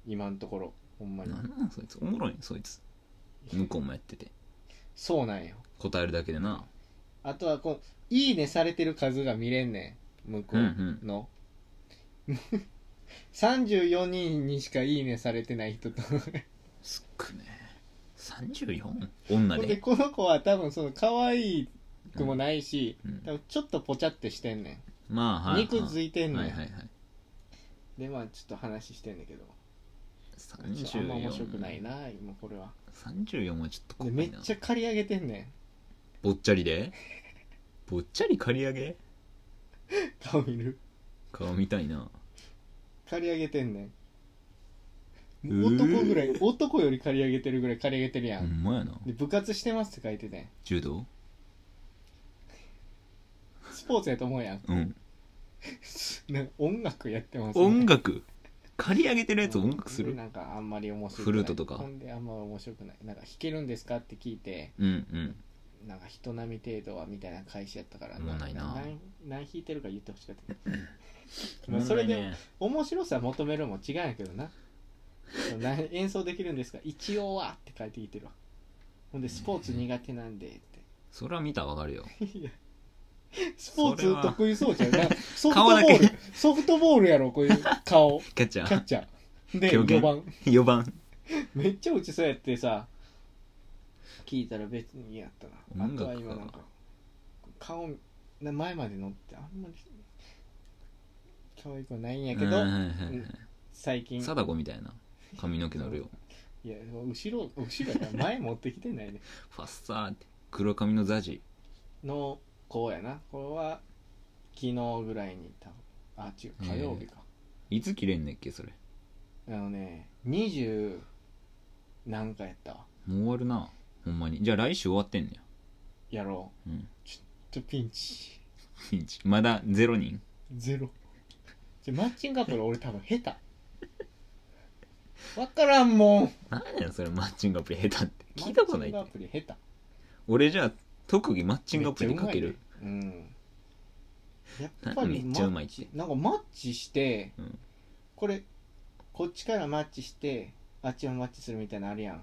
A: 今のところほんまに
B: 何なんそいつおもろいねそいつ向こうもやってて
A: そうなんよ
B: 答えるだけでな
A: あとはこう「いいね」されてる数が見れんねん向こうの、34人にしか「いいね」されてない人 と
B: すっくね 34? 女
A: で
B: で
A: この子は多分その可愛くもないし、
B: うん
A: 多分ちょっとぽちゃってしてんねん
B: まあはい
A: 肉ついてんのよ
B: はいはいはい
A: でまあちょっと話してんだけどちょっとあんま面白くない
B: 34
A: な今これは
B: 34はちょっと怖
A: で
B: いな
A: めっちゃ刈り上げてんね
B: ぼっちゃりでぼっちゃり刈り上げ
A: ん顔見る
B: 顔見たいな
A: 刈り上げてんねん
B: う
A: もう
B: ー
A: 男ぐらい、男より刈り上げてるぐらい刈り上げてるや
B: ほ
A: ん、
B: んまやな
A: で部活してますって書いててん
B: 柔道
A: スポーツやと思うやん
B: うん
A: なんか音楽やってます、
B: 音楽刈り上げてるやつ音楽す
A: で
B: る
A: なんかあんまり面白くない
B: フルートとか
A: ほんであんま面白くないなんか弾けるんですかって聞いて
B: うんうん
A: なんか人並み程度はみたいな会社やったから
B: おもんないな
A: 何何弾いてるか言ってほしかったまあそれで
B: 問題ね
A: 面白さ求めるも違うんやけどなそうな演奏できるんですか一応はって書いてきてるわほんでスポーツ苦手なんでって
B: それは見たらわかるよ
A: スポー
B: それ
A: ツ
B: は
A: 得意そうじゃんなん かソフト
B: 顔
A: ボ
B: だけ
A: ールソフトボールやろこういう顔
B: キャッチャ
A: キャッ
B: ー
A: チャーで
B: 狂
A: 4
B: 言
A: 番
B: 4番
A: めっちゃ打ちそうやってさ聞いたら別にやったなあ
B: 音
A: と
B: 楽
A: は
B: か
A: 今なんか顔な前まで乗ってあんまり可愛くはないんやけど、
B: うんはいはいはい
A: 最近
B: 貞子みたいな髪の毛の量
A: いや後ろ後ろやから前持ってきてないね
B: ファッサーって黒髪のザジ
A: の子やなこれは昨日ぐらいに多分あ違う火曜日か、
B: いつ切れんねっけそれ
A: あのね20何かやったわ
B: もう終わるなほんまにじゃあ来週終わってんねや
A: やろう
B: うん
A: ちょっとピンチ
B: ピンチまだゼロ人
A: ゼロじゃマッチングアプリ俺多分 下手分からんもん
B: 何やねんそれマッチングアプリ下手って聞いたことないっ
A: マッチングアプ
B: て
A: リ下手マッ
B: 俺じゃあ特技マッチングアプリかける
A: うんやっぱり
B: めっちゃうまいって
A: マッチなんかマッチして、
B: うん
A: これこっちからマッチしてあっちもマッチするみたいなのあるやん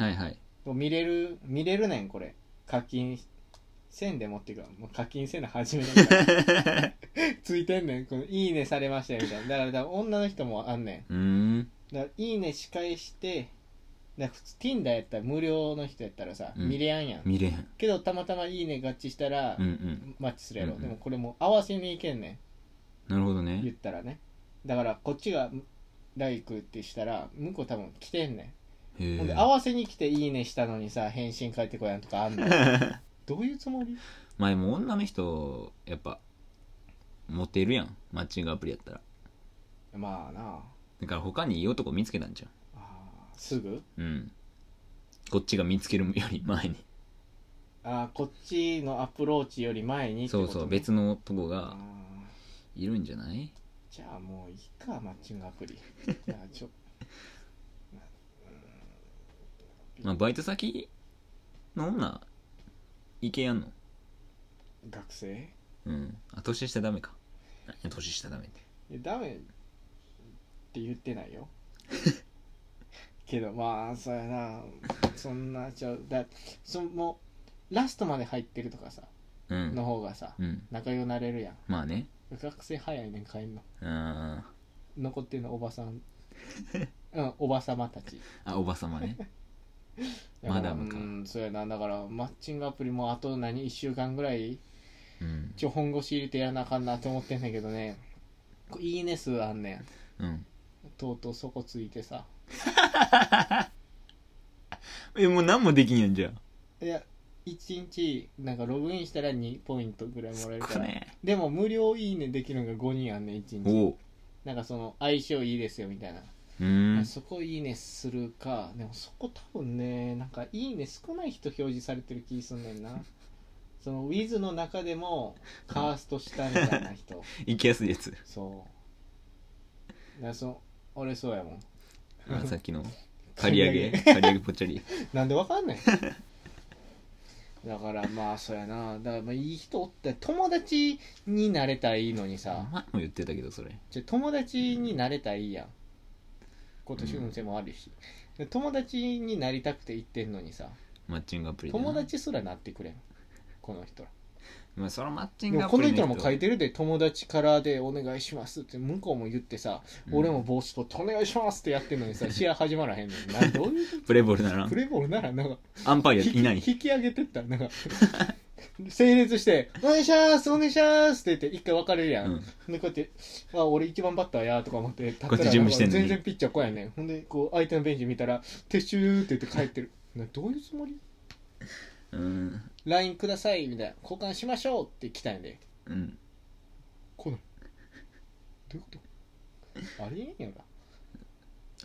B: はいはい
A: 見れる見れるねんこれ課金せんで持ってくわもう課金せんの初め だからついてんねんこの「いいね」されましたよみたいなだからだから女の人もあんね
B: うーん
A: んだから「いいね」仕返してだから普通 Tinder やったら無料の人やったらさ、
B: うん
A: 見れやんやん
B: 見れへん
A: けどたまたま「いいね」合致したら、
B: うんうん
A: マッチするやろ、
B: うんうん
A: でもこれもう合わせにいけんね
B: なるほど
A: ん言っ
B: ね
A: たらねだからこっちが「ライク」ってしたら向こう多分来てんねん
B: へ
A: ほんで
B: え
A: 合わせに来て「いいね」したのにさ返信返ってこやんとかあん のどういうつもり
B: まあでも女の人やっぱモテるやんマッチングアプリやったら
A: まあなあ
B: だから他にいい男見つけたんじゃ
A: あーすぐ
B: んうんこっちが見つけるより前に
A: あーこっちのアプローチより前にって
B: そ
A: こ
B: う
A: と
B: そう別のとこ
A: あ
B: が
A: ー
B: いるんじゃない
A: じゃあもういいかマッチングア プリいやちょ
B: まあバイト先の女いけやんの
A: 学生
B: うんあ年下ダメか何や年下ダメって
A: いやダメって言ってない よけどまあそうやなそんなちょだそもうラストまで入ってるとかさ
B: う
A: の
B: ん
A: 方がさ
B: うん
A: 仲良くなれるやん
B: まあね
A: 学生早いねん帰んの
B: うんあ
A: 残ってるのおばさん うんおばさまたち
B: おばさま ね
A: から
B: マダムか
A: うんそうやなだからマッチングアプリもあと何1週間ぐらい
B: うん
A: ちょ本腰入れてやらなあかんなって思ってんねんけどねこういいね数あんねん
B: うん
A: とうとうそこついてさ
B: えもう何もできんやんじゃ
A: いや1日なんかログインしたら2ポイントぐらいもらえる
B: あ
A: か
B: 少
A: ら、
B: ね
A: でも無料いいねできるのが5人あんねん1
B: お
A: 日
B: お
A: なんかその相性いいですよみたいな、
B: うーん
A: そこいいねするかでもそこ多分ねなんかいいね少ない人表示されてる気すんね んなその Wiz の中でもカーストしたみたいな人
B: 行きやすいやつ
A: そう。だからその俺そうやもん。
B: あさっ きの刈り上げ刈り上げぽっちゃ り
A: なんでわかんないだからまあそうやな。だからまあいい人おって友達になれたらいいのに
B: 前
A: さ。
B: も言ってたけどそれ
A: じゃ友達になれたらいいやん。今年運勢もあるし。で友達になりたくて行ってんのにさ。
B: マッチングアプリでな
A: 友達すらなってくれん。この人ら。
B: まあそのマッチン
A: で
B: グ
A: も
B: ア
A: こ
B: プ
A: の
B: リ
A: 人らも書い
B: て
A: てるで友達からでお願いしますって向こうも言ってさ、
B: うん
A: 俺も帽子取ってお願いしますってやってるのにさ試合始まらへんの になんどういう
B: プレーボールなら
A: プレーボールならなんか
B: アンパイア
A: 引き
B: いない
A: 引き上げてったなんか整列して「お願いしますお願いします」って言って一回別れるやん、
B: うん
A: でこうやって「あ俺一番バッターや」とか思って立ったら
B: こっち準備してんの
A: 全
B: に
A: 然ピッチャー来やねんほんでこう相手のベンチ見たら「撤収」って言って帰ってるなどういうつもり
B: うん、
A: ?LINE くださいみたいな交換しましょうって来たんやで
B: うん、
A: 来ないどういうことありえんやろ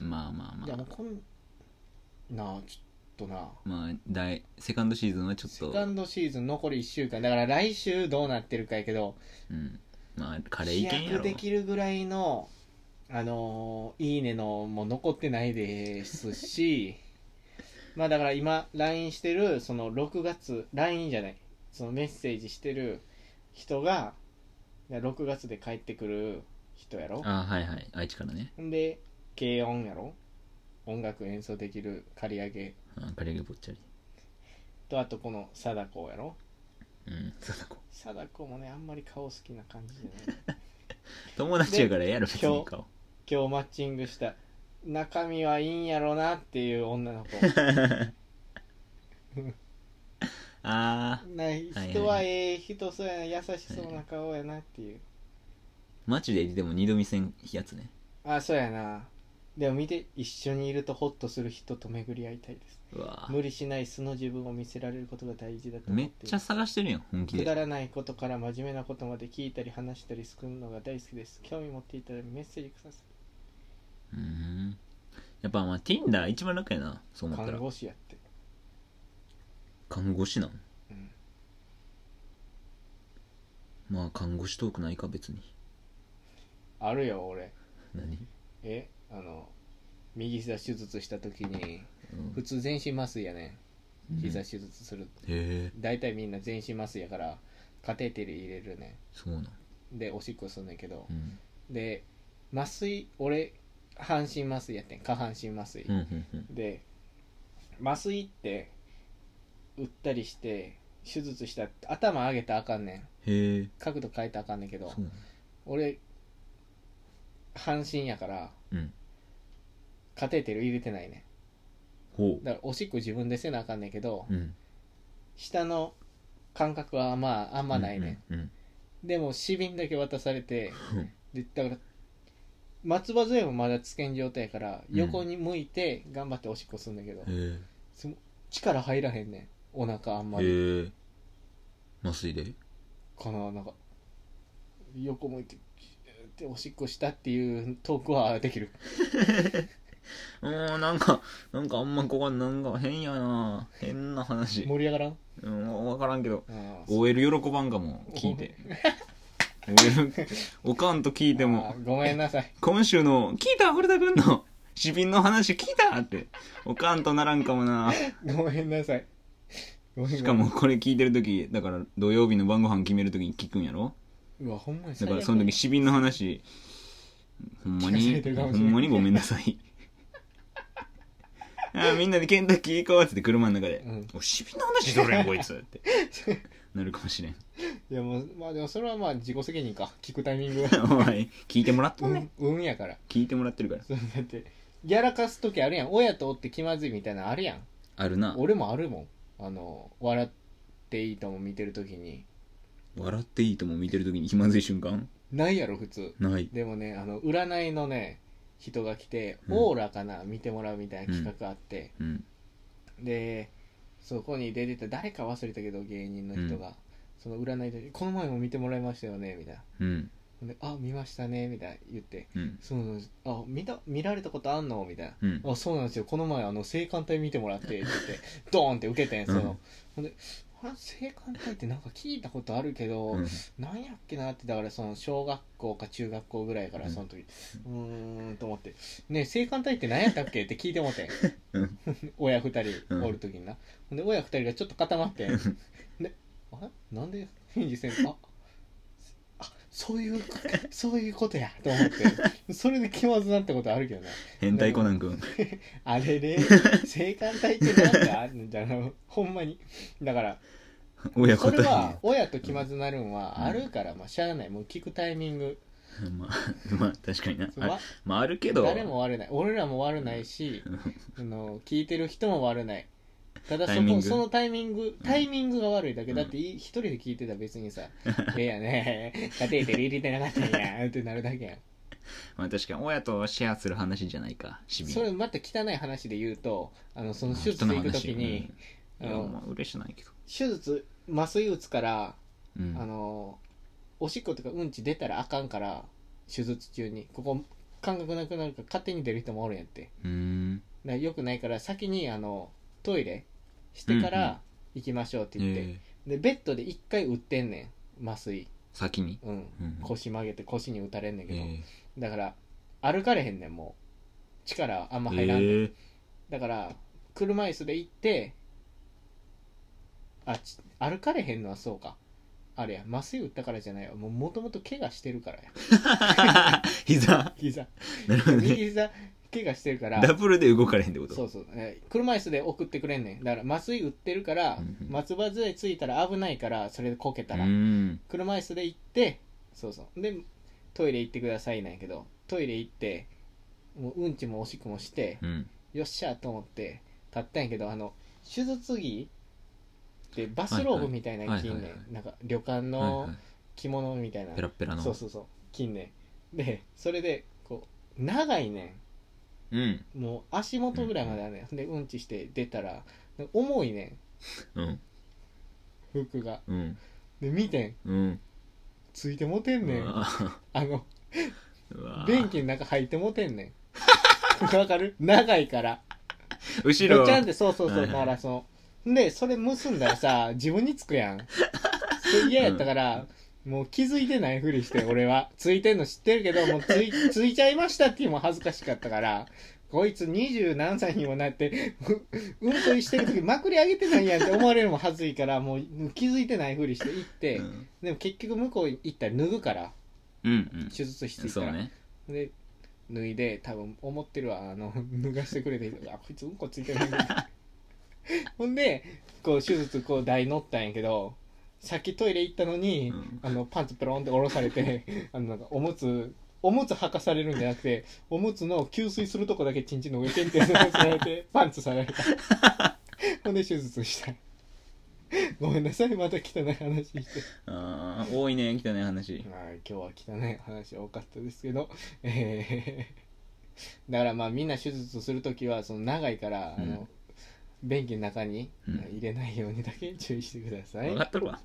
B: まあまあま
A: いや
B: あ
A: もうこんなあちょっとな
B: まあ第セカンドシーズンはちょっ
A: セ
B: と
A: カンドシーズン残り1週間だから来週どうなってるかやけど
B: うんまあカレー
A: 飛
B: いけんや
A: 躍
B: ろ
A: できるぐらいのあのーいいねのも残ってないですし まあだから今 LINE してるその6月 LINE じゃないそのメッセージしてる人が6月で帰ってくる人やろ
B: あはいはい愛知からね
A: んで軽音やろ音楽演奏できる刈り上げ
B: うんカレーがぽっちゃり
A: とあとこの貞子やろ
B: うんそうだこ
A: 貞子もねあんまり顔好きな感じじゃない
B: 友達やからやる別
A: 今
B: に
A: 日
B: 顔
A: 今日マッチングした中身はいいんやろなっていう女 の子
B: あー
A: ない
B: はい
A: 人はええ人そうやな優しそうな顔やなっていう、
B: マジででも二度見せんやつね
A: あそうやなでも見て一緒にいるとホッとする人と巡り合いたいです
B: うわ
A: 無理しない素の自分を見せられることが大事だと
B: め
A: 思
B: っ
A: ってい
B: ちゃ
A: る
B: 探してるやん本気
A: くだ
B: で
A: らないことから真面目なことまで聞いたり話したりするのが大好きです興味持っていただメッセージくださ
B: うんやっぱまあ Tinder 一番楽やなそう
A: い
B: 思ったら
A: 看護師やって、
B: 看護師なん
A: うん、
B: まあ看護師トークないか別に
A: あるよ俺
B: 何、
A: えあの右膝手術した時に
B: うん
A: 普通全身麻酔やねん膝
B: へ
A: 手術する
B: え
A: 大体みんな全身麻酔やからカテーテル入れるね
B: そうなん、
A: んでおしっこすんねんけど
B: う、ん、
A: で麻酔俺半身麻酔やってん下半身麻酔、
B: うんうんうん
A: で麻酔って打ったりして手術したら頭上げたらあかんねん
B: へえ
A: 角度変えたらあかんねんけど
B: そうなん
A: 俺半身やから
B: うん
A: カテーテル入れてないね
B: ほ
A: んだからおしっこ自分でせなあかんねんけど、
B: ううん
A: 下の感覚はまああんまないねん、
B: うんうん
A: でも紙瓶だけ渡されて
B: うん
A: でだから松葉杖もまだつけん状態やから
B: うん
A: 横に向いて頑張っておしっこするんだけど、
B: へ
A: その力入らへんねんお腹あんま
B: え
A: り、
B: へえ麻酔で
A: かななんか横向いてでおしっこしたっていうトークはできる
B: うーんなんかなんかあんまここはなんか変やな変な話
A: 盛り上がらん
B: うん分からんけど
A: あー
B: OL 喜ばんかも聞いて OL おかんと聞いて
A: あ
B: も
A: ーごめんなさい
B: 今週の「聞いた古田君の詩瓶の話聞いた!」っておかんとならんかもな
A: ごめんなさいごめん
B: しかもこれ聞いてる時だから土曜日の晩ご飯決める時に聞くんやろ
A: うわほんまに
B: だからその時詩瓶の話ほんま
A: 聞かさ
B: に
A: れてるか
B: ほ
A: もしれん
B: んまにごめんなさ いあーみんなでケンタッキー行こうっつって車の中で
A: うん
B: 「お詩瓶の話しと るやんこいつ」ってなるかもしれん
A: いやもうまあでもそれはまあ自己責任か聞くタイミングは
B: お前聞いてもらっと
A: うん
B: ね、
A: ん運やから
B: 聞いてもらってるから
A: そうだってやらかす時あるやん親とおって気まずいみたいなのあるやん
B: あるな
A: 俺もあるもんあの笑っていいとも見てる時に
B: 笑っていいとも見てる時に気まずい瞬間
A: ないやろ普通
B: ない
A: でもねあの占いのね人が来て、
B: うん
A: オーラかな見てもらうみたいな企画あって、
B: うん
A: でそこに出てた誰か忘れたけど芸人の人が、その占いで「この前も見てもらいましたよね」みたいな
B: うん
A: ほんで「あ見ましたね」みたいな言って
B: う
A: 「
B: ん
A: そうなんですあ見た見られたことあんの?」みたいな
B: うん
A: あそうなんですよこの前あの青函隊見てもらってって言ってドーンって受けてんその、ほ
B: うん
A: んであれ青函隊ってなんか聞いたことあるけど、
B: うん
A: なんやっけなってだからその小学校か中学校ぐらいからその時うーんと思って「ねえ青函隊って何やったっけ?」って聞いてもうてん
B: う
A: 親二人おる時にな、ほんで親二人がちょっと固まってんで「あれなんで返事せんああそういうそういうことや」と思ってそれで気まずなってことあるけどな
B: 変態コナン君
A: あれれ、青函隊ってなんかあるんだろう、 ほんまに。だから、
B: 親
A: そ
B: 子
A: れ
B: 対
A: は
B: ね
A: 親と気まずなるんは
B: うん
A: あるから、まあ、しゃあない、もう聞くタイミング、
B: まあまあ確かにな
A: そ
B: あ
A: う
B: れまああるけど
A: 誰も悪ない、俺らも悪ないし、あの聞いてる人も悪ない。ただ
B: タ
A: そ
B: イミン
A: こ、
B: グ
A: そのタイミング、タイミングが悪いだけ、
B: うん
A: だってい一人で聞いてたら別にさ、ええやね、家庭で入れてなかったんやんってなるだけやん。
B: まあ確かに親とシェアする話じゃないか市民
A: それまた汚い話で言うと、あのその手術行くときに、
B: うんいや
A: あの
B: まあ嬉しないけど
A: 手術、麻酔打つから、
B: うん
A: あのおしっことかうんち出たらあかんから手術中にここ感覚なくなるから勝手に出る人もおるんやって
B: うーん
A: なよくないから先にあのトイレしてか
B: うんうん
A: ら行きましょうって言って、
B: えー
A: でベッドで1回打ってんねん麻酔
B: 先に
A: うん
B: うん
A: 腰曲げて腰に打たれんねんけど、
B: え
A: だから歩かれへんねんもう力あんま
B: ー
A: 入らんねん、
B: えー
A: だから車椅子で行ってあち歩かれへんのはそうかあれや麻酔打ったからじゃないわもうもともと怪我してるからや
B: 膝
A: 膝
B: なるほど
A: 右
B: ね
A: 膝怪我してるから
B: ダブルで動かれへんってこと
A: そうそう、えー車椅子で送ってくれんねんだから麻酔打ってるから
B: うんうん
A: 松葉杖ついたら危ないからそれでこけ
B: う
A: たら、
B: ーん
A: 車椅子で行ってそうそうでトイレ行ってくださいなんやけどトイレ行ってもううんちもおしっこもして、
B: うん
A: よっしゃと思って立ったんやけどあの手術着でバスローブみたいなの着ん
B: はい
A: ね
B: はいはいは
A: んなんか旅館
B: はい
A: の
B: はい
A: 着物みたいな、
B: ペラッペラの
A: そうそうそう着んねんでそれでこう長いねん
B: うん
A: もう足元ぐらいまであんねん、でうんちして出たら重いね
B: うん
A: ん服が
B: うん
A: で見てん
B: うん
A: ついてもてんね
B: うんわ
A: あの
B: うわ
A: 便器の中入ってもてん ねんわかる長いから
B: 後
A: べ
B: ろ
A: ちゃんってそうそう
B: は
A: そ
B: いうはい
A: だからそのでそれ結んだら さ自分につくやんそれ嫌やったから、もう気づいてないふりして俺はついてんの知ってるけどもうつい ついちゃいましたっていうのも恥ずかしかったからこいつ二十何歳にもなって ううんこいしてる時まくり上げてないやんって思われるのも恥ずいからもう気づいてないふりして行って、
B: うん
A: でも結局向こう行ったら脱ぐから
B: うん
A: 手術室
B: うん
A: 行った
B: そう
A: ら、
B: ね
A: で脱いで多分思ってるわあの 脱がしてくれてあこいつうんこついてない ほんでこう手術こう台乗ったんやけどさっきトイレ行ったのに、
B: うん
A: あのパンツペロンって下ろされて あのなんかおむつおむつ履かされるんじゃなくておむつの吸水するとこだけチンチンの上ペンってされて パンツされた ほんで手術したごめんなさいまた汚い話して
B: あー多いね汚い話
A: はい、今日は汚い話多かったですけど、えーだからまあみんな手術するときはその長いから、
B: うん
A: あの便器の中に
B: うん
A: 入れないようにだけ注意してください、
B: 分かっとるわ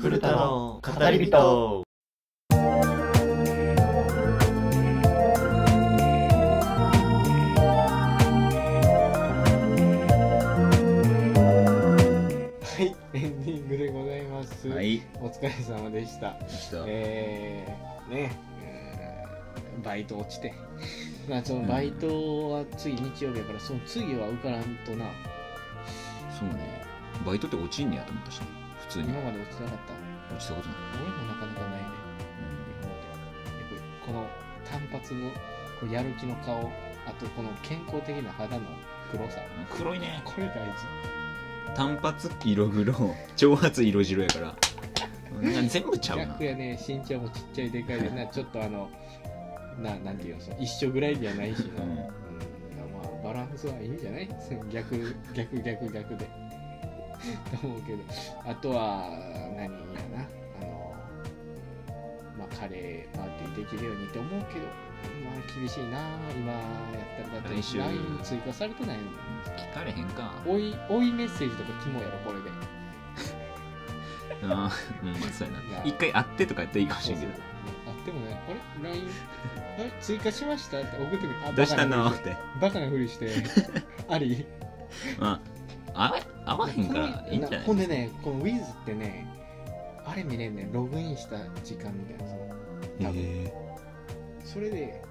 C: 古田の語り人
A: はいエンディングでございます、
B: はい
A: お疲れ様でした
B: ちょっと
A: えー、ねうんバイト落ちてまあそのバイトは次日曜日やからその次は受からんとな
B: そうねバイトって落ちんねやと思ったしね普通に
A: 今まで落ちてなかった
B: 落ちたことない
A: 俺もなかなかないねやっぱりこの単発のこうやる気の顔あとこの健康的な肌の黒さ
B: うん黒いね
A: これ大事
B: 単発色黒長髪色白やからうんなんか全部ちゃうな
A: 逆やね身長もちっちゃいでかいでなちょっとあのななんていうのその一緒ぐらいじゃないしな、
B: う
A: うんんだからまあバランスはいいんじゃない 逆逆逆逆で と思うけどあとは何やなあのまあカレーパーティーできるようにと思うけどまあ厳しいな今やったらだって
B: 来週
A: LINE 追加されてないの
B: 聞かれへんか
A: 追い追いメッセージとか肝やろこれで
B: あーうんまあそうや
A: い
B: な
A: や
B: 一回会ってとかやったらいいかもしれんけど
A: あでもねあれ LINE あれ追加しましたって送ってくるあ
B: どうしたの
A: バカな
B: っ
A: ふりして
B: て
A: バカなふりして あり
B: まあ会わへんからいいんじゃない
A: ほんでねこの Wiz ってねあれ見れんねんログインした時間みたいなその多分
B: へ
A: それで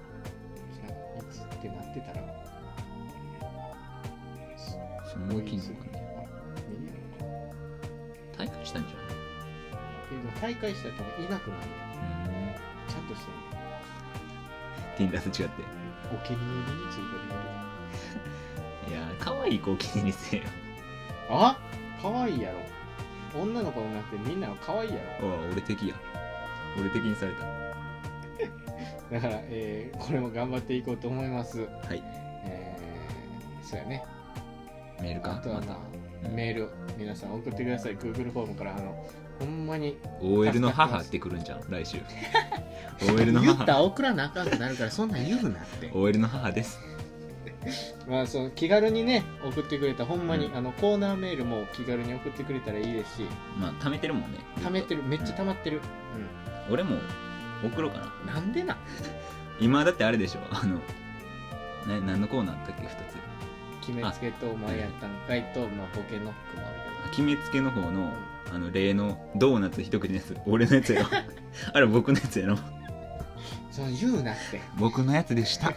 A: なんかいつってなってたら
B: ーそんな金属
A: あれ
B: ね
A: 見れるのか
B: 大会したんじ
A: でも大会したら多分いなくなるね
B: ゃん
A: ちゃんとしてる
B: うん Tinder と違って
A: お気に入りについてる
B: いやー可愛い子を気にせえよ
A: あ可愛いやろ女の子になってみんなは可愛いやろ
B: ああ俺敵や俺敵にされた
A: だから、えーこれも頑張っていこうと思います。
B: はい
A: えーそうやね。
B: メール
A: あ
B: か
A: とは
B: ま
A: な、
B: た
A: メール、皆さん送ってください。Google フォームから、あの、ほんまに、
B: OL の母ってくるんじゃん 来週 OL の
A: 言ったら
B: 母
A: 送らなあかんくなるから、そんなん言うなって。
B: OL の母です
A: まあ、その気軽にね、送ってくれた、ほんまに、
B: うん
A: あの、コーナーメールも気軽に送ってくれたらいいですし、
B: まあ貯めてるもんね
A: 溜めてる、めっちゃ溜まってる。
B: 俺も送ろうかな
A: うん。なんでな
B: 今だってあれでしょあのな何のコーナーあったっけ2つ
A: 決めつけと、まあ、やったんかいと、まあ、ボケノックもある
B: あ決めつけの方のあの例のドーナツ一口のやつ俺のや つやろあれ僕のやつやろ
A: けど、その言うなって。
B: 僕のやつでした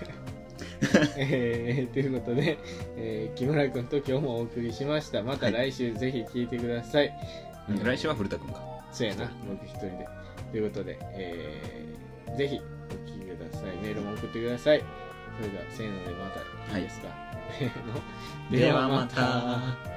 A: えーということで、えー木村君と今日もお送りしましたまた来週ぜひ聞いてください、
B: うん 来週は古田君か
A: そうやな僕一人でということで、えーぜひお聞きくださいメールも送ってくださ いそれではせーのでまたいいですか、せーの
B: ではまた